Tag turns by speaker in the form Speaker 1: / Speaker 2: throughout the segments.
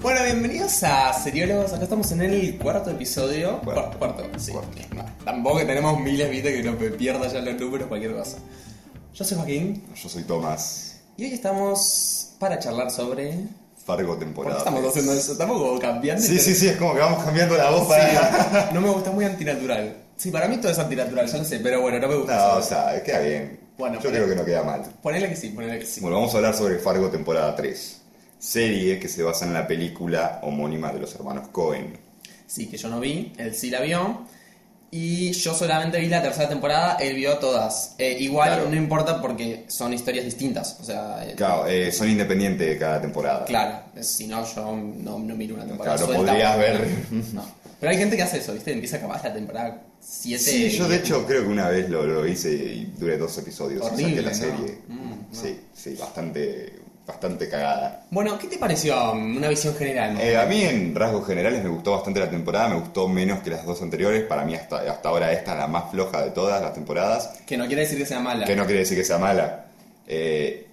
Speaker 1: Bueno, bienvenidos a Seriólogos. Acá estamos en el cuarto episodio. Cuarto,
Speaker 2: Cuarto.
Speaker 1: cuarto, sí.
Speaker 2: Cuarto.
Speaker 1: No, tampoco que tenemos miles, viste, que no me pierda ya los números, cualquier cosa. Yo soy Joaquín
Speaker 2: Yo soy Tomás.
Speaker 1: y hoy estamos para charlar sobre.
Speaker 2: Fargo
Speaker 1: ¿Por qué
Speaker 2: temporada.
Speaker 1: estamos haciendo eso? Estamos cambiando.
Speaker 2: Sí, sí, sí, es como que vamos cambiando la voz para.
Speaker 1: No me gusta, es muy antinatural. Sí, para mí todo es antinatural, yo no sé, pero bueno, no me gusta.
Speaker 2: No, o sea, queda bien.
Speaker 1: Bueno,
Speaker 2: Yo
Speaker 1: pero-
Speaker 2: creo que no queda mal.
Speaker 1: Ponele que sí, ponele que sí.
Speaker 2: Bueno, vamos a hablar sobre Fargo temporada 3. Serie que se basa en la película homónima de los hermanos Cohen.
Speaker 1: Sí, que yo no vi, él sí la vio. Y yo solamente vi la tercera temporada, él vio todas. Eh, igual
Speaker 2: Claro.
Speaker 1: no importa porque son historias distintas. O sea, eh,
Speaker 2: Claro, eh, son independientes de cada temporada.
Speaker 1: claro, eh, si no, yo no, no miro una temporada.
Speaker 2: Claro,
Speaker 1: suelta.
Speaker 2: podrías ver.
Speaker 1: No. Pero hay gente que hace eso, ¿viste? Empieza a acabar la temporada 7.
Speaker 2: Sí, yo de hecho creo que una vez lo, lo hice y duré dos episodios. y
Speaker 1: Horrible,
Speaker 2: saqué la
Speaker 1: ¿no?
Speaker 2: serie.
Speaker 1: Mm, no.
Speaker 2: Sí, sí, bastante, bastante cagada.
Speaker 1: Bueno, ¿qué te pareció um, una visión general?
Speaker 2: Eh, a mí en rasgos generales me gustó bastante la temporada, me gustó menos que las dos anteriores, para mí hasta, hasta ahora esta es la más floja de todas las temporadas,
Speaker 1: Que no quiere decir que sea mala.
Speaker 2: que no quiere decir que sea mala. Eh,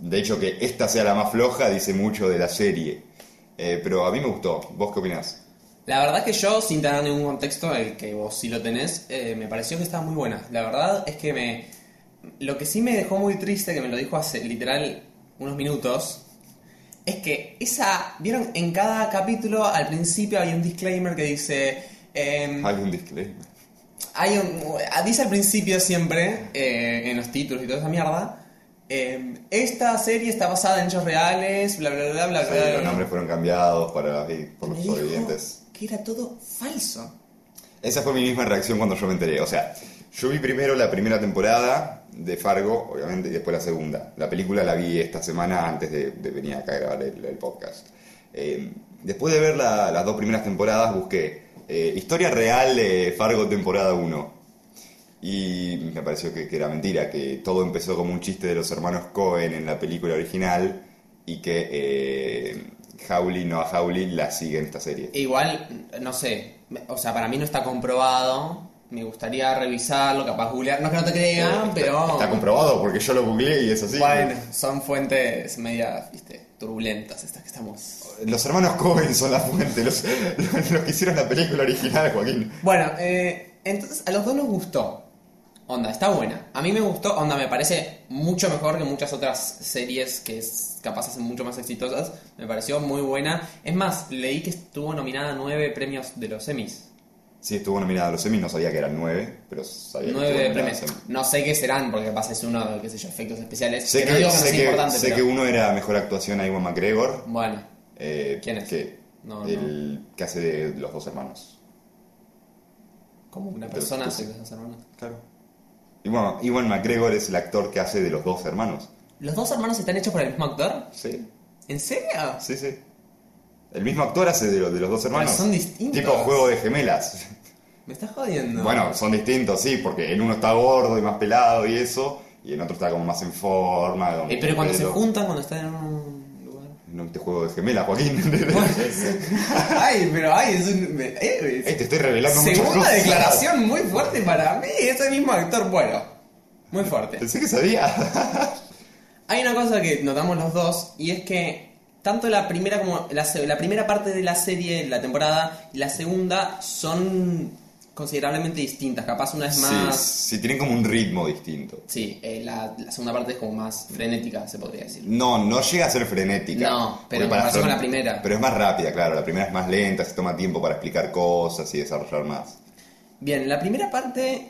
Speaker 2: de hecho que esta sea la más floja dice mucho de la serie, Eh, pero a mí me gustó, ¿vos qué opinás?
Speaker 1: La verdad que yo, sin tener ningún contexto, el que vos sí lo tenés, eh, me pareció que estaba muy buena. La verdad es que me... Lo que sí me dejó muy triste, que me lo dijo hace literal unos minutos, es que esa... ¿Vieron? En cada capítulo, al principio, hay un disclaimer que dice... em,
Speaker 2: Hay un disclaimer.
Speaker 1: hay un, dice al principio siempre, eh, en los títulos y toda esa mierda, em, esta serie está basada en hechos reales, bla, bla, bla, bla,
Speaker 2: Sí,
Speaker 1: bla,
Speaker 2: los
Speaker 1: bla.
Speaker 2: nombres fueron cambiados para, y
Speaker 1: Ah, eh. Me
Speaker 2: por los
Speaker 1: dijo
Speaker 2: sobrevivientes.
Speaker 1: que era todo falso.
Speaker 2: Esa fue mi misma reacción cuando yo me enteré. O sea, yo vi primero la primera temporada de Fargo, obviamente, y después la segunda. La película la vi esta semana antes de, de venir acá a grabar el, el podcast. Eh, después de ver la- las dos primeras temporadas, busqué eh, historia real de Fargo temporada 1. Y me pareció que, que era mentira, que todo empezó como un chiste de los hermanos Cohen en la película original y que eh, Howley, no a Howley, la sigue en esta serie.
Speaker 1: Igual, no sé, o sea, para mí no está comprobado. Me gustaría revisarlo, capaz googlear. No es que no te crean,
Speaker 2: Está-
Speaker 1: pero.
Speaker 2: Está comprobado porque yo lo googleé y es así.
Speaker 1: Bueno, son fuentes media, viste, turbulentas estas que estamos.
Speaker 2: Los hermanos Cohen son la fuente, los, los, los que hicieron la película original, Joaquín.
Speaker 1: Bueno, eh, entonces a los dos nos gustó. Onda, está buena. A mí me gustó, onda, me parece mucho mejor que muchas otras series que es, capaz hacen mucho más exitosas. Me pareció muy buena. Es más, leí que estuvo nominada a nueve premios de los Emmys.
Speaker 2: Sí, estuvo nominada a los Emmy, no sabía que eran nueve, pero sabía que
Speaker 1: Nueve
Speaker 2: estuvo nominada a los
Speaker 1: premios.
Speaker 2: Emmy.
Speaker 1: No sé qué serán, porque capaz es uno, qué sé yo, efectos especiales.
Speaker 2: Sé,
Speaker 1: que,
Speaker 2: que,
Speaker 1: no digo que no
Speaker 2: sé,
Speaker 1: sea
Speaker 2: que-
Speaker 1: importante,
Speaker 2: sé
Speaker 1: pero...
Speaker 2: que uno era mejor actuación a Iwan McGregor.
Speaker 1: Bueno,
Speaker 2: eh,
Speaker 1: ¿Quién es?
Speaker 2: Que,
Speaker 1: No,
Speaker 2: el que hace de los dos hermanos.
Speaker 1: como una
Speaker 2: Pero-
Speaker 1: persona
Speaker 2: pues-
Speaker 1: hace que los hermanos.
Speaker 2: Claro. Iwan, Iwan McGregor es el actor que hace de los dos hermanos.
Speaker 1: ¿Los dos hermanos están hechos por el mismo actor?
Speaker 2: Sí,
Speaker 1: ¿En serio?
Speaker 2: sí, sí. El mismo actor hace de, los de los dos hermanos.
Speaker 1: son distintos.
Speaker 2: Tipo juego de gemelas.
Speaker 1: ¿Me estás jodiendo?
Speaker 2: Bueno, son distintos, sí, porque en uno está gordo y más pelado y eso, y en otro está como más en forma. como
Speaker 1: Eh, pero cuando se
Speaker 2: pelo.
Speaker 1: juntan, cuando están en un lugar.
Speaker 2: No te juego de gemela, Joaquín.
Speaker 1: ay, pero ay, es un. me- eh,
Speaker 2: Ey, te estoy revelando muchas
Speaker 1: segunda
Speaker 2: cosas.
Speaker 1: declaración muy fuerte para mí. Ese mismo actor, bueno. Muy fuerte.
Speaker 2: Pensé que sabía.
Speaker 1: Hay una cosa que notamos los dos y es que tanto la primera como la, se- la primera parte de la serie, la temporada y la segunda son considerablemente distintas. Capaz una es
Speaker 2: Sí,
Speaker 1: más,
Speaker 2: sí, tienen como un ritmo distinto.
Speaker 1: sí, eh, la, la segunda parte es como más frenética, se podría decir.
Speaker 2: No, no llega a ser frenética.
Speaker 1: No, pero
Speaker 2: Porque
Speaker 1: en comparación con la primera.
Speaker 2: Pero es más rápida, claro. La primera es más lenta, se toma tiempo para explicar cosas y desarrollar más.
Speaker 1: Bien, la primera parte,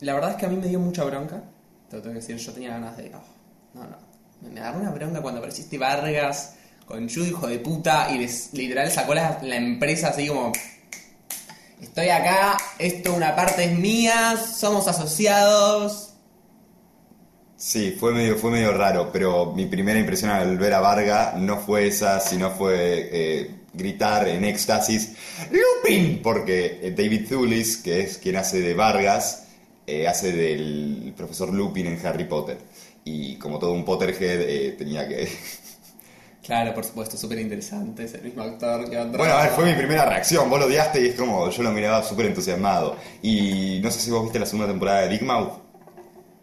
Speaker 1: la verdad es que a mí me dio mucha bronca. Te lo tengo que decir, yo tenía ganas de, oh, no, no, me, me agarró una bronca cuando apareciste Vargas con Yu, hijo de puta, y les- literal sacó la, la empresa así como Estoy acá, esto una parte es mía, somos asociados.
Speaker 2: Sí, fue medio, fue medio raro, pero mi primera impresión al ver a Varga no fue esa, sino fue eh, gritar en éxtasis ¡Lupin! Porque eh, David Thewlis, que es quien hace de Vargas, eh, hace del profesor Lupin en Harry Potter. Y como todo un Potterhead, eh, tenía que...
Speaker 1: Claro, por supuesto, súper interesante, es el mismo actor que otro.
Speaker 2: Bueno, a ver, fue mi primera reacción, vos lo odiaste y es como, yo lo miraba súper entusiasmado. Y no sé si vos viste la segunda temporada de Big Mouth.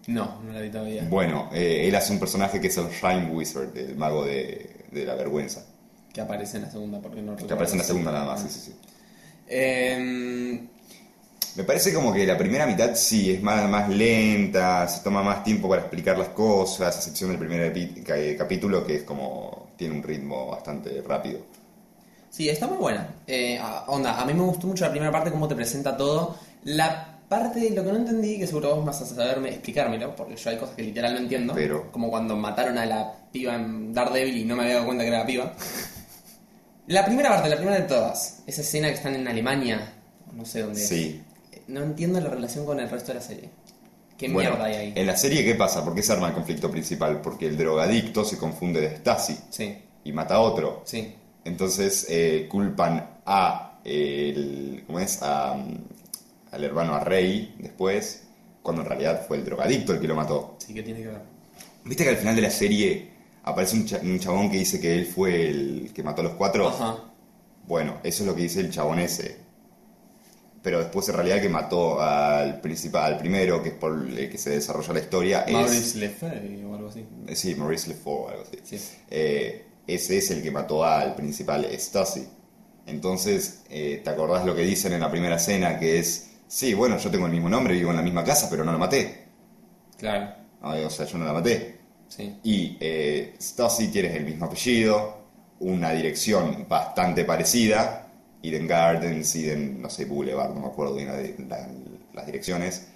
Speaker 1: No, no la vi todavía.
Speaker 2: Bueno, eh, él hace un personaje que es el Shine Wizard, el mago de, de la vergüenza.
Speaker 1: que aparece en la segunda, porque no
Speaker 2: Que aparece en la segunda nada más,
Speaker 1: Ah.
Speaker 2: sí, sí, sí.
Speaker 1: Eh,
Speaker 2: Me parece como que la primera mitad sí es más, más lenta, se toma más tiempo para explicar las cosas, a excepción del primer epi- ca- eh, capítulo que es como tiene un ritmo bastante rápido.
Speaker 1: sí, está muy buena. Eh, a- onda, a mí me gustó mucho la primera parte, cómo te presenta todo. La parte de lo que no entendí, que seguro vos vas a saberme explicármelo, porque yo hay cosas que literal no entiendo.
Speaker 2: Pero-
Speaker 1: Como cuando mataron a la piba en Daredevil y no me había dado cuenta que era la piba. La primera parte, la primera de todas. Esa escena que están en Alemania, no sé dónde es. Eh,
Speaker 2: Sí.
Speaker 1: No entiendo la relación con el resto de la serie. ¿Qué
Speaker 2: Bueno,
Speaker 1: mierda hay ahí?
Speaker 2: En la serie, ¿qué pasa? ¿Por qué se arma el conflicto principal? Porque el drogadicto se confunde de Stasi
Speaker 1: Sí,
Speaker 2: y mata a otro.
Speaker 1: sí.
Speaker 2: Entonces eh, culpan a el, ¿cómo es? A, mm, al hermano a Rey después, cuando en realidad fue el drogadicto el que lo mató.
Speaker 1: Sí, que tiene que ver.
Speaker 2: ¿Viste que al final de la serie aparece un, cha- un chabón que dice que él fue el que mató a los cuatro?
Speaker 1: Ajá.
Speaker 2: Bueno, eso es lo que dice el chabón ese. Pero después en realidad el que mató al principal, al primero, que es por el que se desarrolla la historia,
Speaker 1: Maurice Lefebvre o algo así.
Speaker 2: es... Sí, Maurice Lefort, algo así.
Speaker 1: Sí.
Speaker 2: Eh, ese es el que mató al principal Stasi. Entonces, eh, ¿te acordás lo que dicen en la primera escena? Que es, sí, bueno, yo tengo el mismo nombre, vivo en la misma casa, pero no la maté.
Speaker 1: Claro,
Speaker 2: Ay, O sea, yo no la maté.
Speaker 1: sí.
Speaker 2: Y eh, Stasi tienes el mismo apellido, una dirección bastante parecida, Eden Gardens, Eden, no sé, Boulevard, no me acuerdo bien la de- la- las direcciones,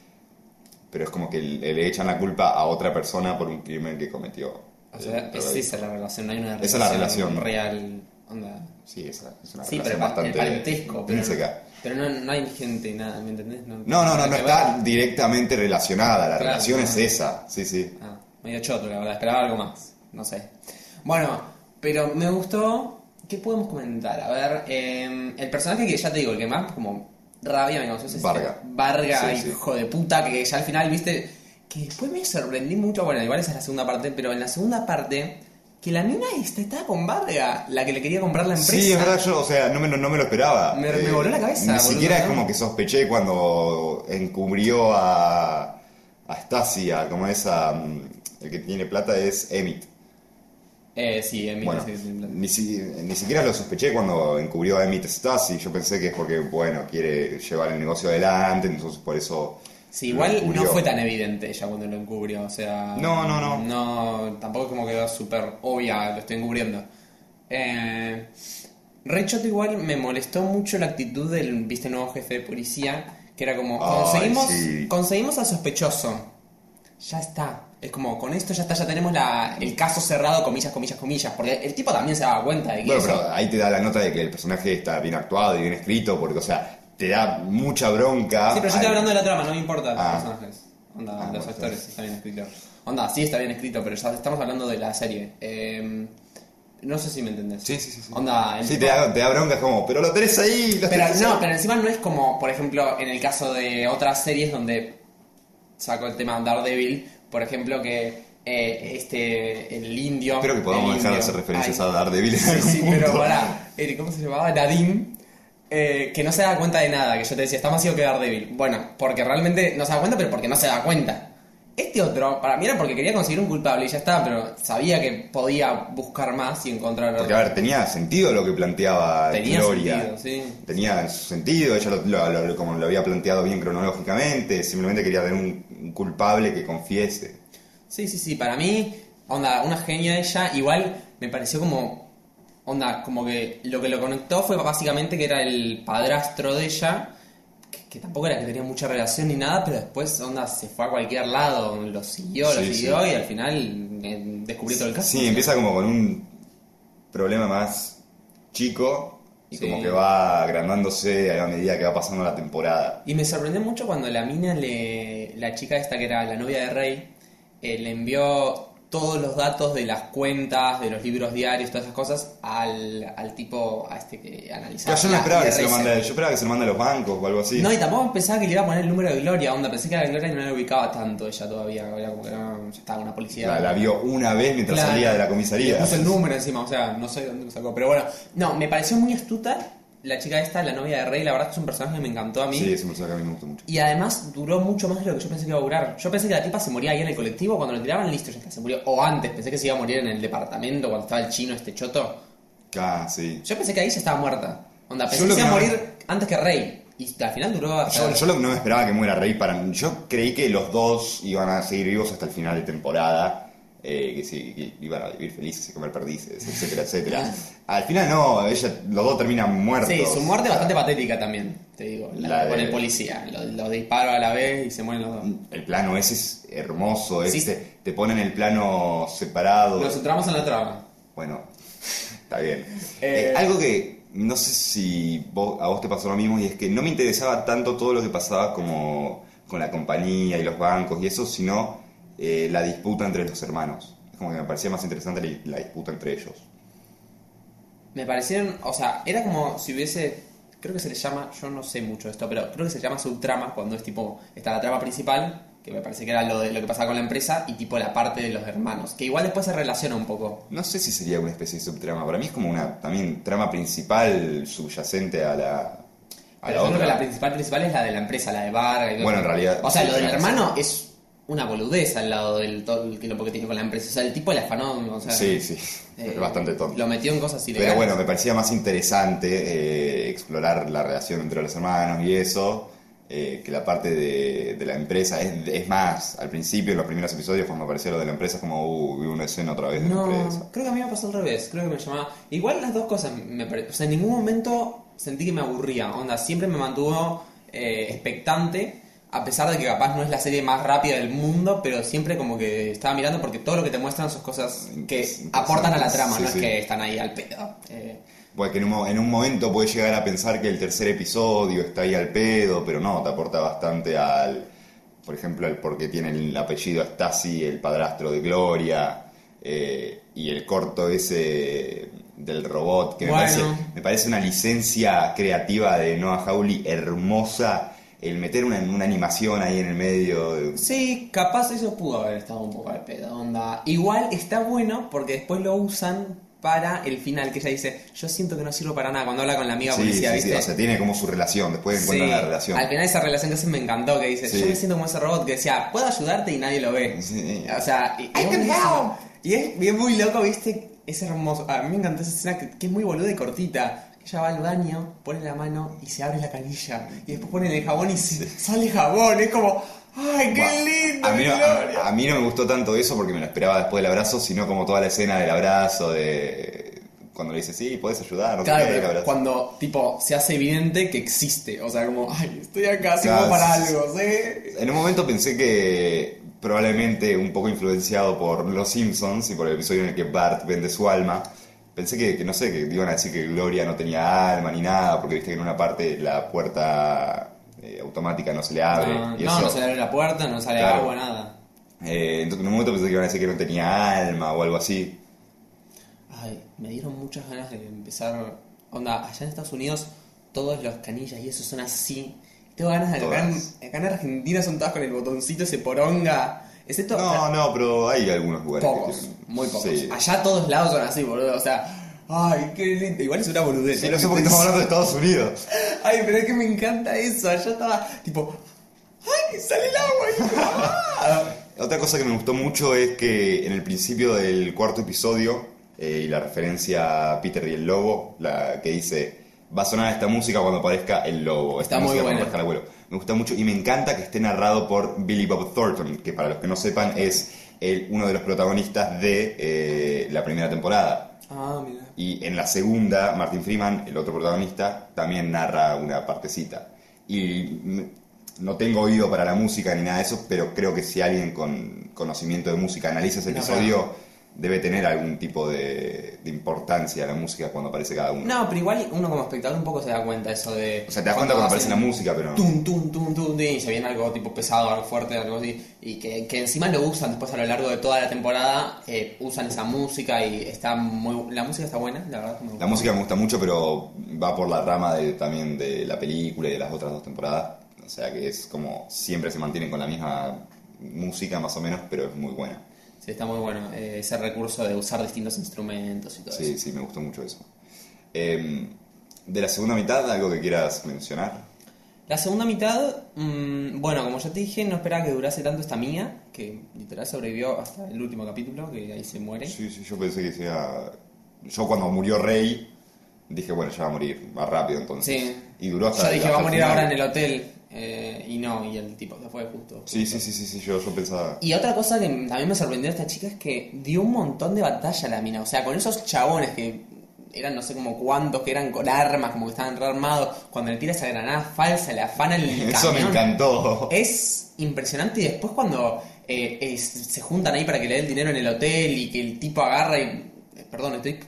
Speaker 2: pero es como que le, le echan la culpa a otra persona por un crimen que cometió.
Speaker 1: O sea,
Speaker 2: el
Speaker 1: es
Speaker 2: drogadicto.
Speaker 1: esa la relación, no hay una
Speaker 2: Esa es la relación.
Speaker 1: real. Onda.
Speaker 2: Sí, es, es una
Speaker 1: Sí,
Speaker 2: relación
Speaker 1: pero pa- el
Speaker 2: bastante
Speaker 1: parentesco. Pero,
Speaker 2: intrínseca.
Speaker 1: pero no, no hay gente, nada, ¿me entendés?
Speaker 2: No, no, no, no
Speaker 1: nada que
Speaker 2: está
Speaker 1: ver.
Speaker 2: directamente relacionada, la
Speaker 1: Claro,
Speaker 2: relación es
Speaker 1: no.
Speaker 2: esa, sí, sí.
Speaker 1: Ah, medio choto, la verdad, esperaba algo más. No sé. Bueno, pero me gustó. ¿Qué podemos comentar? A ver, eh, el personaje que ya te digo, el que más como rabia me causó es este
Speaker 2: Varga.
Speaker 1: Varga,
Speaker 2: Sí, sí.
Speaker 1: hijo de puta, que ya al final, viste, que después me sorprendí mucho. Bueno, igual esa es la segunda parte, pero en la segunda parte, que la mina esta estaba con Varga, la que le quería comprar la empresa.
Speaker 2: Sí, es verdad, yo, o sea, no me, lo- no me lo esperaba.
Speaker 1: Me- me voló la cabeza,
Speaker 2: Ni
Speaker 1: boludo,
Speaker 2: siquiera es
Speaker 1: ¿no?
Speaker 2: como que sospeché cuando encubrió a, a Stasi, a como es a, mm, El que tiene plata es Emmett.
Speaker 1: Eh, sí, en mi
Speaker 2: Bueno,
Speaker 1: caso es en plan-
Speaker 2: ni, si- ni siquiera lo sospeché cuando encubrió a Emmett Stasi. Yo pensé que es porque, bueno, quiere llevar el negocio adelante, entonces por eso.
Speaker 1: Sí,
Speaker 2: lo
Speaker 1: igual no
Speaker 2: encubrió.
Speaker 1: fue tan evidente ella cuando lo encubrió, o sea...
Speaker 2: No, no, no.
Speaker 1: No, tampoco es como quedó súper obvia, lo estoy encubriendo. Eh, Rechoto igual me molestó mucho la actitud del, viste, nuevo jefe de policía, que era como,
Speaker 2: Ay,
Speaker 1: conseguimos,
Speaker 2: sí.
Speaker 1: conseguimos al sospechoso, ya está. Es como, con esto ya está, ya tenemos la, el caso cerrado, comillas, comillas, comillas, porque el tipo también se daba cuenta de que
Speaker 2: Bueno,
Speaker 1: eso-
Speaker 2: pero ahí te da la nota de que el personaje está bien actuado y bien escrito, porque, o sea, te da mucha bronca.
Speaker 1: Sí, pero yo estoy
Speaker 2: al-
Speaker 1: hablando de la trama, no me importa
Speaker 2: Ah.
Speaker 1: los personajes. Onda,
Speaker 2: Ah,
Speaker 1: los
Speaker 2: bueno,
Speaker 1: actores, está bien escrito. Onda, sí está bien escrito, pero ya estamos hablando de la serie. Eh, no sé si me entendés.
Speaker 2: Sí, sí, sí, sí.
Speaker 1: Onda, el
Speaker 2: Sí,
Speaker 1: tipo-
Speaker 2: te da, te da bronca, es como, pero lo tenés ahí, lo
Speaker 1: pero
Speaker 2: tenés ahí".
Speaker 1: no, pero encima no es como, por ejemplo, en el caso de otras series donde saco el tema Daredevil, por ejemplo, que eh, este, el indio.
Speaker 2: Espero que podamos
Speaker 1: el
Speaker 2: dejar de
Speaker 1: indio-
Speaker 2: hacer referencias
Speaker 1: Ay,
Speaker 2: a Daredevil en
Speaker 1: Sí,
Speaker 2: algún
Speaker 1: sí, pero
Speaker 2: punto.
Speaker 1: pará. Eh, ¿Cómo se llamaba? Nadine. eh, que no se da cuenta de nada, que yo te decía, está más ido que Daredevil. Bueno, porque realmente no se da cuenta, pero porque no se da cuenta. Este otro, para mí era porque quería conseguir un culpable y ya está, pero sabía que podía buscar más y encontrar
Speaker 2: Porque, a ver, tenía sentido lo que planteaba
Speaker 1: Tenía
Speaker 2: Gloria.
Speaker 1: sentido, sí.
Speaker 2: Tenía su sentido, ella lo, lo- lo- como lo había planteado bien cronológicamente, simplemente quería tener un, un culpable que confiese.
Speaker 1: Sí, sí, sí, para mí, onda, una genia ella, igual me pareció como, onda, como que lo que lo conectó fue básicamente que era el padrastro de ella, que, que tampoco era que tenía mucha relación ni nada, pero después, onda, se fue a cualquier lado, lo siguió, lo
Speaker 2: Sí,
Speaker 1: siguió
Speaker 2: sí.
Speaker 1: y al final eh, descubrió todo el caso.
Speaker 2: Sí, empieza como con un problema más chico y
Speaker 1: Sí.
Speaker 2: como que va agrandándose a la medida que va pasando la temporada.
Speaker 1: Y me sorprendió mucho cuando la mina, le, la chica esta que era la novia de Rey, eh, le envió todos los datos de las cuentas, de los libros diarios, todas esas cosas, al, al tipo, a este que analizaba.
Speaker 2: Claro, yo no
Speaker 1: la-
Speaker 2: esperaba
Speaker 1: y
Speaker 2: que
Speaker 1: a
Speaker 2: se lo
Speaker 1: Rey
Speaker 2: mande, yo esperaba que se lo mande a los bancos o algo así.
Speaker 1: No, y tampoco pensaba que le iba a poner el número de Gloria, onda, pensé que a Gloria no la ubicaba tanto ella todavía, era como que no, ya estaba una policía.
Speaker 2: la, la vio una vez mientras
Speaker 1: Claro.
Speaker 2: salía de la
Speaker 1: Le
Speaker 2: comisaría.
Speaker 1: puso el número encima, o sea, no sé dónde lo sacó, pero bueno. No, me pareció muy astuta la chica esta, la novia de Rey, la verdad que es un personaje que me encantó a mí.
Speaker 2: Sí, es un personaje que a mí me gusta mucho.
Speaker 1: Y además duró mucho más de lo que yo pensé que iba a durar. Yo pensé que la tipa se moría ahí en el colectivo cuando lo tiraban, listo, ya está, se murió. O antes, pensé que se iba a morir en el departamento cuando estaba el chino este choto.
Speaker 2: Ah, sí.
Speaker 1: Yo pensé que ahí ya estaba muerta. Onda, pensé
Speaker 2: Yo
Speaker 1: que
Speaker 2: lo
Speaker 1: se iba a
Speaker 2: que no-
Speaker 1: morir antes que Rey. Y al final duró hasta...
Speaker 2: Yo, yo lo- no me esperaba que muera Rey para Yo creí que los dos iban a seguir vivos hasta el final de temporada. eh, que sí, que iban a vivir felices y comer perdices, etcétera, etcétera. Al final no, ella, los dos terminan muertos.
Speaker 1: Sí, su muerte bastante patética también, te digo. La-
Speaker 2: La de-
Speaker 1: Con el policía. Los lo disparos a la vez y se mueren los dos.
Speaker 2: El plano ese es hermoso,
Speaker 1: Sí.
Speaker 2: este, te ponen el plano separado.
Speaker 1: Nos centramos en la trama.
Speaker 2: Bueno, está bien.
Speaker 1: Eh,
Speaker 2: Eh, algo que no sé si vos- a vos te pasó lo mismo y es que no me interesaba tanto todo lo que pasaba como con la compañía y los bancos y eso, sino eh, la disputa entre los hermanos. Es como que me parecía más interesante la, la disputa entre ellos.
Speaker 1: Me parecieron, o sea, era como si hubiese, creo que se le llama, yo no sé mucho de esto, pero creo que se llama subtrama cuando es tipo, está la trama principal, que me parece que era lo de lo que pasaba con la empresa, y tipo la parte de los hermanos, que igual después se relaciona un poco.
Speaker 2: No sé si sería una especie de subtrama. Para mí es como una también trama principal subyacente a la, a
Speaker 1: Pero
Speaker 2: la
Speaker 1: yo creo que la
Speaker 2: otra.
Speaker 1: principal principal es la de la empresa, la de Vargas. y todo
Speaker 2: Bueno,
Speaker 1: eso.
Speaker 2: en realidad,
Speaker 1: O sea,
Speaker 2: sí,
Speaker 1: lo del
Speaker 2: tenés
Speaker 1: hermano es una boludez al lado del todo el quilombo que tiene con la empresa. O sea, el tipo la afanó, o sea,
Speaker 2: Sí, sí.
Speaker 1: eh,
Speaker 2: es bastante tonto.
Speaker 1: Lo metió en cosas
Speaker 2: Pero
Speaker 1: ilegales.
Speaker 2: bueno, me parecía más interesante eh, explorar la relación entre los hermanos y eso, eh, que la parte de, de la empresa. Es, es más, al principio, en los primeros episodios, cuando apareció lo de la empresa, es como, uh, vi una escena otra vez de la empresa.
Speaker 1: No, creo que a mí me pasó al revés. Creo que me llamaba. Igual las dos cosas me pare- O sea, en ningún momento sentí que me aburría. Onda, siempre me mantuvo eh, expectante. A pesar de que capaz no es la serie más rápida del mundo, pero siempre como que estaba mirando porque todo lo que te muestran son cosas que
Speaker 2: Interesante.
Speaker 1: aportan a la trama,
Speaker 2: Sí,
Speaker 1: no
Speaker 2: sí.
Speaker 1: es que están ahí al pedo. Eh,
Speaker 2: Bueno, que en un, mo- en un momento puedes llegar a pensar que el tercer episodio está ahí al pedo, pero no, te aporta bastante al, por ejemplo, al por qué tiene el apellido Stasi, el padrastro de Gloria, eh, y el corto ese del robot, que me,
Speaker 1: Bueno.
Speaker 2: parece, me parece una licencia creativa de Noah Hawley hermosa, el meter una, una animación ahí en el medio. de-
Speaker 1: Sí, capaz eso pudo haber estado un poco al pedo, onda. Igual está bueno porque después lo usan para el final, que ella dice, yo siento que no sirvo para nada cuando habla con la amiga
Speaker 2: Sí,
Speaker 1: policía,
Speaker 2: sí, sí,
Speaker 1: ¿viste?
Speaker 2: o sea, tiene como su relación, después encuentran
Speaker 1: Sí,
Speaker 2: la relación.
Speaker 1: Al final esa relación que hacen me encantó, que dice,
Speaker 2: Sí.
Speaker 1: yo me siento como ese robot que decía, puedo ayudarte y nadie lo ve.
Speaker 2: Sí.
Speaker 1: O sea, y, y
Speaker 2: can
Speaker 1: es buenísimo.
Speaker 2: help.
Speaker 1: Y es, y es muy loco, viste, es hermoso. A mí me encantó esa escena que, que es muy boluda y cortita. Ella va al baño, pone la mano y se abre la canilla. Y después ponen el jabón y se- sale jabón. Es como, ¡ay, qué
Speaker 2: Buah,
Speaker 1: lindo!
Speaker 2: A mí,
Speaker 1: qué
Speaker 2: no,
Speaker 1: gloria!
Speaker 2: a- a mí no me gustó tanto eso porque me lo esperaba después del abrazo, sino como toda la escena del abrazo, de cuando le dice, sí, puedes ayudar, no sé
Speaker 1: Claro,
Speaker 2: qué, el
Speaker 1: pero
Speaker 2: abrazo.
Speaker 1: cuando tipo se hace evidente que existe, o sea, como, ay, estoy acá, sirvo
Speaker 2: Claro,
Speaker 1: para
Speaker 2: sí, sí.
Speaker 1: algo, ¿sí?
Speaker 2: En un momento pensé que probablemente un poco influenciado por Los Simpsons y por el episodio en el que Bart vende su alma, pensé que, que no sé, que iban a decir que Gloria no tenía alma ni nada, porque viste que en una parte la puerta eh, automática no se le abre.
Speaker 1: Ah,
Speaker 2: y
Speaker 1: no,
Speaker 2: eso-
Speaker 1: no se le abre la puerta, no sale
Speaker 2: Claro.
Speaker 1: agua, nada.
Speaker 2: Eh, entonces en un momento pensé que iban a decir que no tenía alma o algo así.
Speaker 1: Ay, me dieron muchas ganas de empezar. Onda, allá en Estados Unidos todos los canillas y eso son así. Tengo ganas de acá,
Speaker 2: Todas.
Speaker 1: en- acá en Argentina son todas con el botoncito ese poronga. Excepto
Speaker 2: No, no, pero hay algunos lugares que
Speaker 1: pocos,
Speaker 2: tienen-
Speaker 1: muy pocos.
Speaker 2: Sí.
Speaker 1: Allá todos lados son así, boludo. O sea, ay, qué lindo. Igual es una boludez.
Speaker 2: Sí,
Speaker 1: ¿no?
Speaker 2: no sé por qué estamos hablando de Estados Unidos.
Speaker 1: Ay, pero es que me encanta eso. Allá estaba tipo, ay, sale el agua. Y yo, "Ah".
Speaker 2: Otra cosa que me gustó mucho es que en el principio del cuarto episodio, eh, y la referencia a Peter y el lobo, la que dice, va a sonar esta música cuando aparezca el lobo,
Speaker 1: Está
Speaker 2: esta
Speaker 1: muy
Speaker 2: música cuando
Speaker 1: buena.
Speaker 2: aparezca el abuelo. Me gusta mucho y me encanta que esté narrado por Billy Bob Thornton, que para los que no sepan es el- uno de los protagonistas de eh, la primera temporada.
Speaker 1: ah, mira.
Speaker 2: Y en la segunda, Martin Freeman, el otro protagonista, también narra una partecita. Y mm, no tengo oído para la música ni nada de eso, pero creo que si alguien con conocimiento de música analiza ese
Speaker 1: No,
Speaker 2: episodio, debe tener algún tipo de, de importancia la música cuando aparece cada uno.
Speaker 1: No, pero igual uno como espectador un poco se da cuenta eso de.
Speaker 2: O sea, te das cuenta cuando aparece la
Speaker 1: hacen-
Speaker 2: música, pero...
Speaker 1: tum, tum, tum, tum, tum, y se viene algo tipo pesado, algo fuerte, algo así, y que, que encima lo usan después a lo largo de toda la temporada, eh, usan esa música y está muy... La música está buena, la verdad. que me gusta.
Speaker 2: La música me gusta mucho, pero va por la rama de- también de la película y de las otras dos temporadas. O sea que es como siempre se mantienen con la misma música más o menos, pero es muy buena.
Speaker 1: Sí, está muy bueno eh, ese recurso de usar distintos instrumentos y todo
Speaker 2: Sí,
Speaker 1: eso.
Speaker 2: sí, me gustó mucho eso. Em, de la segunda mitad, algo que quieras mencionar.
Speaker 1: La segunda mitad, mm, bueno, como ya te dije, no esperaba que durase tanto esta mía, que literal sobrevivió hasta el último capítulo, que ahí se muere.
Speaker 2: Sí, sí, yo pensé que sea yo cuando murió Rey, dije, bueno, ya va a morir, más rápido entonces.
Speaker 1: Sí.
Speaker 2: Y duró hasta
Speaker 1: Yo dije,
Speaker 2: hasta
Speaker 1: va a
Speaker 2: el
Speaker 1: morir
Speaker 2: final.
Speaker 1: ahora en el hotel. eh, y no, y el tipo se fue justo.
Speaker 2: Sí, sí, sí, sí, sí, yo, yo pensaba...
Speaker 1: Y otra cosa que a mí me sorprendió esta chica es que dio un montón de batalla a la mina. O sea, con esos chabones que eran no sé como cuántos, que eran con armas, como que estaban rearmados, cuando le tira esa granada falsa, le afana el
Speaker 2: Eso me
Speaker 1: camión.
Speaker 2: encantó.
Speaker 1: Es impresionante y después cuando eh, eh, se juntan ahí para que le dé el dinero en el hotel y que el tipo agarra y... eh, Perdón, estoy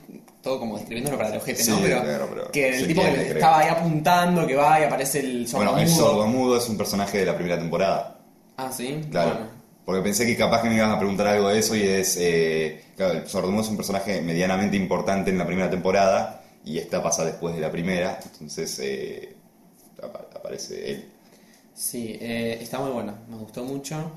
Speaker 1: todo como describiéndolo para los gente, ¿no?
Speaker 2: Sí,
Speaker 1: pero,
Speaker 2: claro, pero
Speaker 1: que el
Speaker 2: se
Speaker 1: tipo
Speaker 2: entiende,
Speaker 1: que
Speaker 2: creo.
Speaker 1: estaba ahí apuntando, que va y aparece el
Speaker 2: Bueno, el
Speaker 1: sordomudo.
Speaker 2: sordo mudo es un personaje de la primera temporada.
Speaker 1: Ah, sí.
Speaker 2: Claro.
Speaker 1: Bueno.
Speaker 2: Porque pensé que capaz que me ibas a preguntar algo de eso y es... eh, claro, el sordomudo es un personaje medianamente importante en la primera temporada y esta pasa después de la primera, entonces eh, apa- aparece él.
Speaker 1: Sí, eh, está muy bueno, me gustó mucho.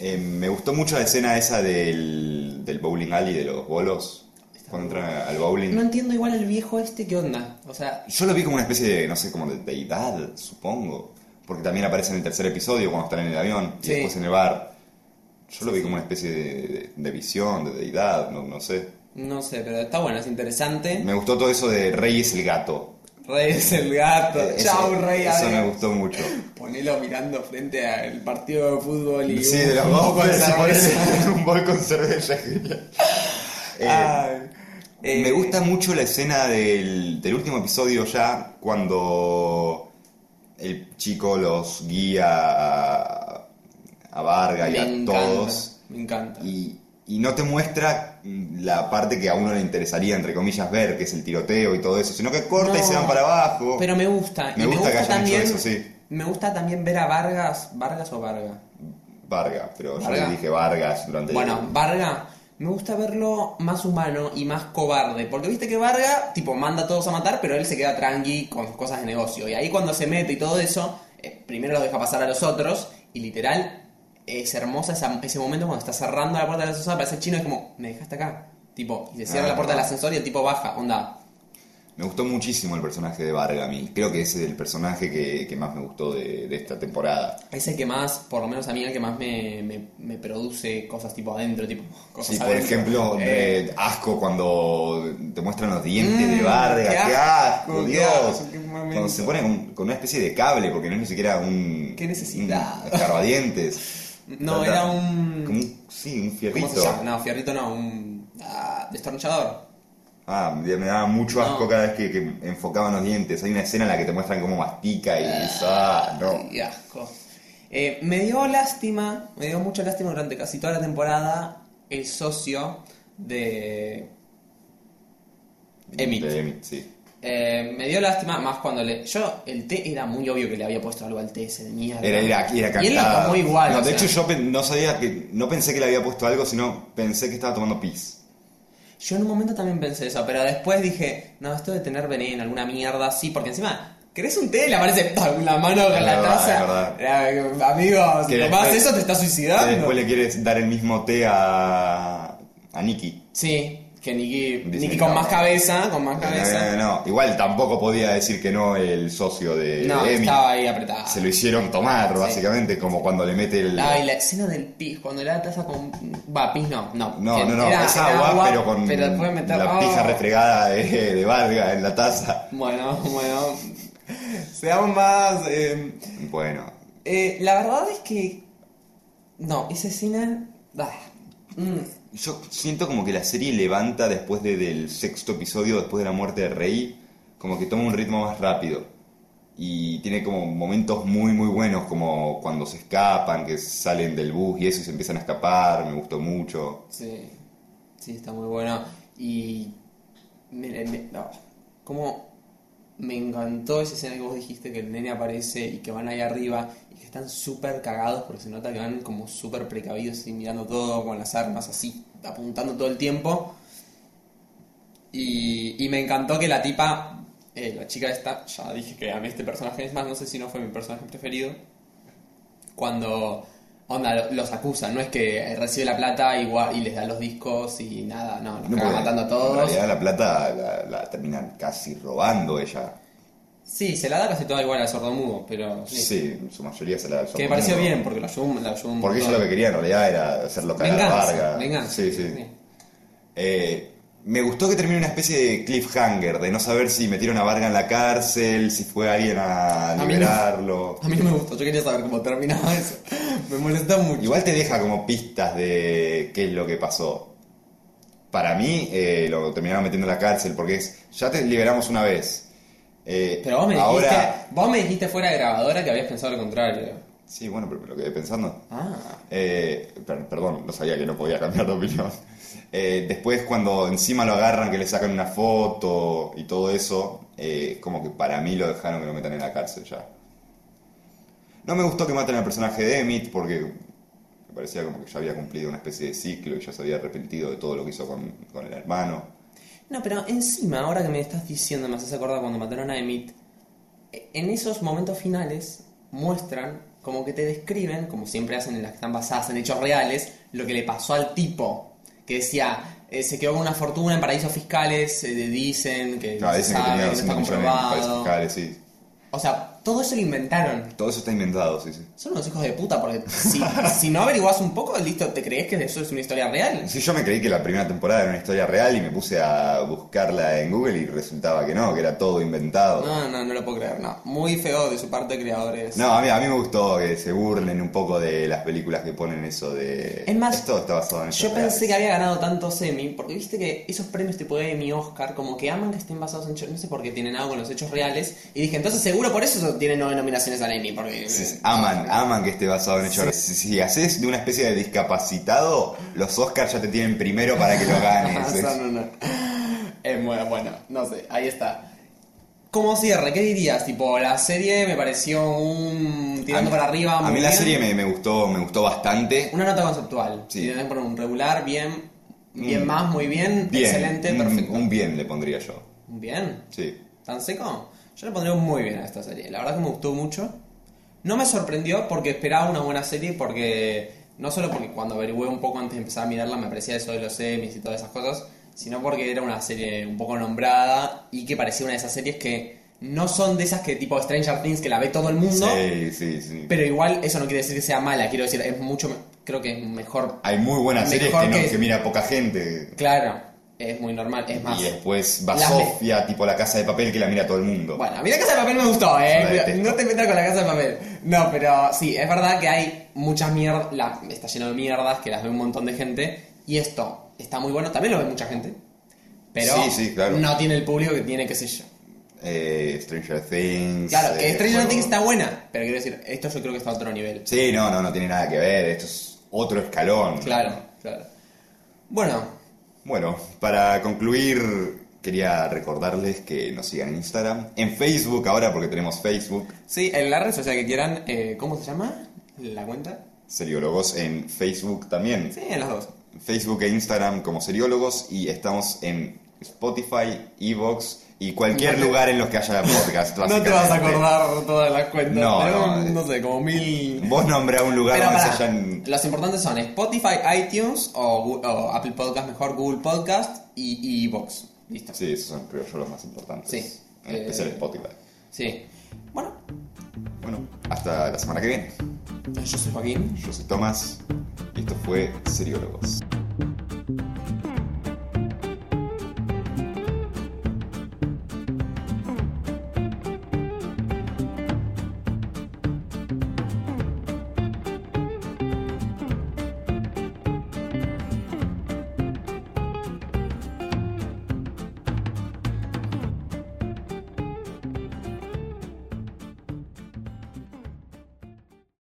Speaker 2: Eh, me gustó mucho la escena esa del, del bowling alley, de los bolos, cuando entran al bowling.
Speaker 1: No entiendo igual el viejo este, ¿qué onda? O sea,
Speaker 2: Yo lo vi como una especie de, no sé, como de deidad, supongo. Porque también aparece en el tercer episodio cuando están en el avión y
Speaker 1: Sí.
Speaker 2: después en el bar. Yo lo vi como una especie de, de- de visión, de deidad, no, no sé.
Speaker 1: no sé, pero está bueno, es interesante.
Speaker 2: Me gustó todo eso de Rey es el gato.
Speaker 1: Rey es el gato.
Speaker 2: Eh, eso-
Speaker 1: Chau, Rey.
Speaker 2: Eso
Speaker 1: adiós.
Speaker 2: me gustó mucho.
Speaker 1: Ponelo mirando frente al partido de fútbol y
Speaker 2: Sí,
Speaker 1: un
Speaker 2: de los dos, pues,
Speaker 1: poco de
Speaker 2: se pone
Speaker 1: cerveza.
Speaker 2: un bol con cerveza. genial. Eh,
Speaker 1: Ay, eh,
Speaker 2: Me gusta mucho la escena del, del último episodio ya, cuando el chico los guía a, a Varga y
Speaker 1: me
Speaker 2: a
Speaker 1: encanta,
Speaker 2: todos.
Speaker 1: Me encanta.
Speaker 2: Y, y no te muestra mm, la parte que a uno le interesaría, entre comillas, ver, que es el tiroteo y todo eso, sino que corta y
Speaker 1: No,
Speaker 2: se van para abajo.
Speaker 1: Pero me gusta. y
Speaker 2: Me gusta que hayan hecho
Speaker 1: también,
Speaker 2: eso, sí.
Speaker 1: Me gusta también ver a Vargas. ¿Vargas o Varga?
Speaker 2: Varga, pero yo
Speaker 1: Varga.
Speaker 2: le dije Vargas durante
Speaker 1: Bueno, Varga, me gusta verlo más humano y más cobarde. Porque viste que Varga, tipo, manda a todos a matar, pero él se queda tranqui con sus cosas de negocio. Y ahí cuando se mete y todo eso, eh, primero los deja pasar a los otros. Y literal, es hermosa esa- ese momento cuando está cerrando la puerta del ascensor. Aparece el chino y es como, me dejaste acá. Tipo, y se cierra
Speaker 2: Ah,
Speaker 1: la puerta
Speaker 2: no.
Speaker 1: del ascensor y el tipo baja. Onda,
Speaker 2: Me gustó muchísimo el personaje de Varga a mí. Creo que ese es el personaje que, que más me gustó de, de esta temporada.
Speaker 1: es el que más, por lo menos a mí, el que más me, me- me produce cosas tipo adentro, tipo, cosas
Speaker 2: Sí, por
Speaker 1: adentro.
Speaker 2: ejemplo,
Speaker 1: Eh,
Speaker 2: eh, asco cuando te muestran los dientes
Speaker 1: Mm,
Speaker 2: de Vargas,
Speaker 1: qué
Speaker 2: qué
Speaker 1: asco,
Speaker 2: asco,
Speaker 1: qué
Speaker 2: Dios.
Speaker 1: asco, qué momento.
Speaker 2: Cuando se pone con, con una especie de cable, porque no es ni siquiera un.
Speaker 1: Qué necesidad.
Speaker 2: un escarbadientes.
Speaker 1: No,
Speaker 2: Tanta-
Speaker 1: era un-
Speaker 2: como un- sí, un
Speaker 1: ¿Cómo se
Speaker 2: fierrito.
Speaker 1: llama? No, fierrito no, un ah, destornillador.
Speaker 2: Ah, me me daba mucho asco
Speaker 1: No.
Speaker 2: cada vez que, que enfocaban los dientes. Hay una escena en la que te muestran cómo mastica y eso. Ah, no.
Speaker 1: Qué asco. Eh, me dio lástima, me dio mucha lástima durante casi toda la temporada el socio de Emmett.
Speaker 2: De Emmett, sí.
Speaker 1: Eh, me dio lástima más cuando le. Yo, el té era muy obvio que le había puesto algo al té ese de mierda.
Speaker 2: Era, era, era
Speaker 1: Y él lo
Speaker 2: cantada.
Speaker 1: tomó igual.
Speaker 2: No,
Speaker 1: o
Speaker 2: de
Speaker 1: sea.
Speaker 2: hecho, yo pen- no sabía que. No pensé que le había puesto algo, sino pensé que estaba tomando pis.
Speaker 1: Yo en un momento también pensé eso, pero después dije, no, esto de tener veneno, alguna mierda así, porque encima, ¿querés un té? Y le aparece ¡pam! la mano con
Speaker 2: Es
Speaker 1: la
Speaker 2: verdad, es
Speaker 1: taza.
Speaker 2: verdad.
Speaker 1: Eh, Amigo, si
Speaker 2: Que
Speaker 1: tomás
Speaker 2: después-
Speaker 1: eso te estás
Speaker 2: Que
Speaker 1: suicidando.
Speaker 2: después le quieres dar el mismo té a. a Nicky.
Speaker 1: Sí, que Nicky,
Speaker 2: Dice
Speaker 1: Nicky
Speaker 2: que
Speaker 1: con
Speaker 2: no.
Speaker 1: más cabeza, con más
Speaker 2: No, no,
Speaker 1: cabeza.
Speaker 2: Eh, no, no. Igual tampoco podía decir que no el socio de,
Speaker 1: No,
Speaker 2: de Eh, Emi.
Speaker 1: estaba ahí apretada.
Speaker 2: Se lo hicieron tomar,
Speaker 1: Sí.
Speaker 2: básicamente, como cuando le mete el.
Speaker 1: Ay, la escena del pis, cuando le da la taza con... Va, pis no, no.
Speaker 2: no,
Speaker 1: que
Speaker 2: no, no,
Speaker 1: era-
Speaker 2: es
Speaker 1: era
Speaker 2: agua, pero con
Speaker 1: Pero después meter...
Speaker 2: la
Speaker 1: oh.
Speaker 2: pija refregada de, de Varga en la taza.
Speaker 1: Bueno, bueno. Seamos más...
Speaker 2: em,
Speaker 1: eh,
Speaker 2: Bueno,
Speaker 1: eh, la verdad es que... No, esa escena... ah, mm,
Speaker 2: yo siento como que la serie levanta después de- del sexto episodio, después de la muerte de Rey, como que toma un ritmo más rápido. Y tiene como momentos muy, muy buenos, como cuando se escapan, que salen del bus y eso y se empiezan a escapar, me gustó mucho.
Speaker 1: sí, sí, está muy bueno. Y... Me, eh, me- no, como me encantó esa escena que vos dijiste que el nene aparece y que van ahí arriba y que están súper cagados porque se nota que van como súper precavidos y mirando todo con las armas así, apuntando todo el tiempo. Y, y me encantó que la tipa, eh, la chica esta, ya dije que a mí este personaje es más, no sé si no fue mi personaje preferido, cuando... Onda, lo- los acusa, no es que recibe la plata y, gua- y les da los discos y nada, no, los acaba
Speaker 2: porque
Speaker 1: matando a
Speaker 2: En
Speaker 1: todos.
Speaker 2: realidad la plata la, la terminan casi robando ella.
Speaker 1: Sí, se la da casi toda igual al sordomudo, pero sí.
Speaker 2: Sí, en su mayoría se la
Speaker 1: Que me pareció bien, porque lo ayudó, un- la ayudó un
Speaker 2: Porque ella
Speaker 1: montón.
Speaker 2: lo que quería en realidad era hacerlo cagar a
Speaker 1: Venganza,
Speaker 2: Varga.
Speaker 1: venganza.
Speaker 2: Sí, sí. Eh, Me gustó que termine una especie de cliffhanger, de no saber si metieron a Varga en la cárcel, si fue alguien a
Speaker 1: mí no.
Speaker 2: liberarlo.
Speaker 1: A mí no me gustó, yo quería saber cómo terminaba eso. Me molesta mucho.
Speaker 2: Igual te deja como pistas de qué es lo que pasó. Para mí, eh, lo terminaron metiendo en la cárcel porque es. Ya te liberamos una vez. Eh,
Speaker 1: Pero vos me,
Speaker 2: ahora...
Speaker 1: dijiste, vos me dijiste fuera de grabadora que habías pensado lo contrario.
Speaker 2: Sí, bueno, pero me lo quedé pensando.
Speaker 1: Ah.
Speaker 2: Eh, per- perdón, no sabía que no podía cambiar de opinión. Eh, después, cuando encima lo agarran, que le sacan una foto y todo eso, eh, como que para mí lo dejaron que lo metan en la cárcel ya. No me gustó que maten al personaje de Emmett porque me parecía como que ya había cumplido una especie de ciclo y ya se había arrepentido de todo lo que hizo con, con el hermano.
Speaker 1: No, pero encima, ahora que me estás diciendo, me haces acordar cuando mataron a Emmett, e- en esos momentos finales muestran, como que te describen, como siempre hacen en las que están basadas en hechos reales, lo que le pasó al tipo, que decía, eh, se quedó con una fortuna en paraísos fiscales, eh, dicen que
Speaker 2: Claro,
Speaker 1: no se
Speaker 2: Ah, dicen que
Speaker 1: sabe,
Speaker 2: tenía
Speaker 1: no está
Speaker 2: 200 millones en países
Speaker 1: comprobado.
Speaker 2: fiscales, sí.
Speaker 1: O sea, todo eso lo inventaron.
Speaker 2: Todo eso está inventado, sí, sí.
Speaker 1: Son unos hijos de puta, porque si, si no averiguás un poco, listo, te crees que eso es una historia real.
Speaker 2: Sí, yo me creí que la primera temporada era una historia real y me puse a buscarla en Google y resultaba que no, que era todo inventado. No,
Speaker 1: No, no, no lo puedo creer, no. Muy feo de su parte, creadores.
Speaker 2: a, mí, a mí me gustó que se burlen un poco de las películas que ponen eso de...
Speaker 1: Es más,
Speaker 2: Esto está basado en hechos
Speaker 1: Yo pensé
Speaker 2: reales.
Speaker 1: que había ganado tantos Emmy, porque viste que esos premios tipo Emmy, Oscar, como que aman que estén basados en hechos, no sé por qué tienen algo con los hechos reales, y dije, entonces seguro por eso tienen nueve nominaciones al Emmy, porque...
Speaker 2: Sí, sí, Aman, aman que esté basado en hechos reales. Si, si haces de una especie de discapacitado, los Oscars ya te tienen primero para que lo ganes.
Speaker 1: Son
Speaker 2: Es-
Speaker 1: una- Es Eh, bueno, bueno, no sé, ahí está. ¿Cómo cierre? ¿Qué dirías? Tipo, la serie me pareció un... tirando
Speaker 2: a mí-
Speaker 1: para arriba,
Speaker 2: A
Speaker 1: muy
Speaker 2: mí la
Speaker 1: bien.
Speaker 2: serie me, me gustó, me gustó bastante.
Speaker 1: Una nota conceptual.
Speaker 2: Sí.
Speaker 1: Si tenés que poner un regular, bien, bien
Speaker 2: Mm.
Speaker 1: más, muy bien,
Speaker 2: Bien,
Speaker 1: excelente,
Speaker 2: un-
Speaker 1: perfecto.
Speaker 2: un bien le pondría yo.
Speaker 1: Bien.
Speaker 2: Sí.
Speaker 1: ¿Tan seco? Yo le pondría un muy bien a esta serie. La verdad que me gustó mucho. No me sorprendió porque esperaba una buena serie porque... No solo porque cuando averigüé un poco antes de empezar a mirarla me parecía eso de los semis y todas esas cosas, sino porque era una serie un poco nombrada y que parecía una de esas series que no son de esas que tipo Stranger Things que la ve todo el mundo,
Speaker 2: Sí, sí, sí.
Speaker 1: pero igual eso no quiere decir que sea mala, quiero decir, es mucho, me- creo que es mejor,
Speaker 2: Hay muy buenas series
Speaker 1: Mejor
Speaker 2: que, no-
Speaker 1: que-
Speaker 2: que mira poca gente.
Speaker 1: claro, es muy normal, es más,
Speaker 2: Y después va
Speaker 1: Las me-
Speaker 2: Sofía, tipo la casa de papel que la mira todo el mundo.
Speaker 1: Bueno, a mí la casa de papel me gustó,
Speaker 2: Yo
Speaker 1: eh.
Speaker 2: la
Speaker 1: Cuida-
Speaker 2: detesto.
Speaker 1: No te metas con la casa de papel. No, pero sí, es verdad que hay muchas mierdas. Está lleno de mierdas que las ve un montón de gente. Y esto está muy bueno, también lo ve mucha gente. Pero
Speaker 2: Sí, sí, claro.
Speaker 1: no tiene el público que tiene, qué sé yo.
Speaker 2: Eh, Stranger Things.
Speaker 1: Claro, que
Speaker 2: eh,
Speaker 1: Stranger
Speaker 2: juego-
Speaker 1: Things está buena, pero quiero decir, esto yo creo que está a otro nivel.
Speaker 2: Sí, no, no, no tiene nada que ver. Esto es otro escalón.
Speaker 1: Claro, claro. Bueno,
Speaker 2: Bueno, para concluir, quería recordarles que nos sigan en Instagram. En Facebook ahora, porque tenemos Facebook.
Speaker 1: sí, en la red social que quieran, eh, ¿cómo se llama? ¿La cuenta?
Speaker 2: Seriólogos en Facebook también.
Speaker 1: Sí, en las dos.
Speaker 2: Facebook e Instagram como Seriólogos y estamos en Spotify, Evox y cualquier
Speaker 1: No te-
Speaker 2: lugar en los que haya podcast.
Speaker 1: No te vas a
Speaker 2: básicamente.
Speaker 1: acordar todas las cuentas.
Speaker 2: No,
Speaker 1: pero,
Speaker 2: no, eh.
Speaker 1: no sé, como mil.
Speaker 2: Vos nombra un lugar
Speaker 1: Pero
Speaker 2: donde
Speaker 1: pará,
Speaker 2: se hayan.
Speaker 1: los importantes son Spotify, iTunes o, Gu- o Apple Podcast, mejor Google Podcast y Evox. Listo.
Speaker 2: Sí, esos son, creo yo, los más importantes.
Speaker 1: Sí.
Speaker 2: En
Speaker 1: Eh,
Speaker 2: especial Spotify.
Speaker 1: Sí. Bueno,
Speaker 2: Bueno, hasta la semana que viene.
Speaker 1: yo soy Joaquín.
Speaker 2: Yo soy Tomás y esto fue Seriólogos.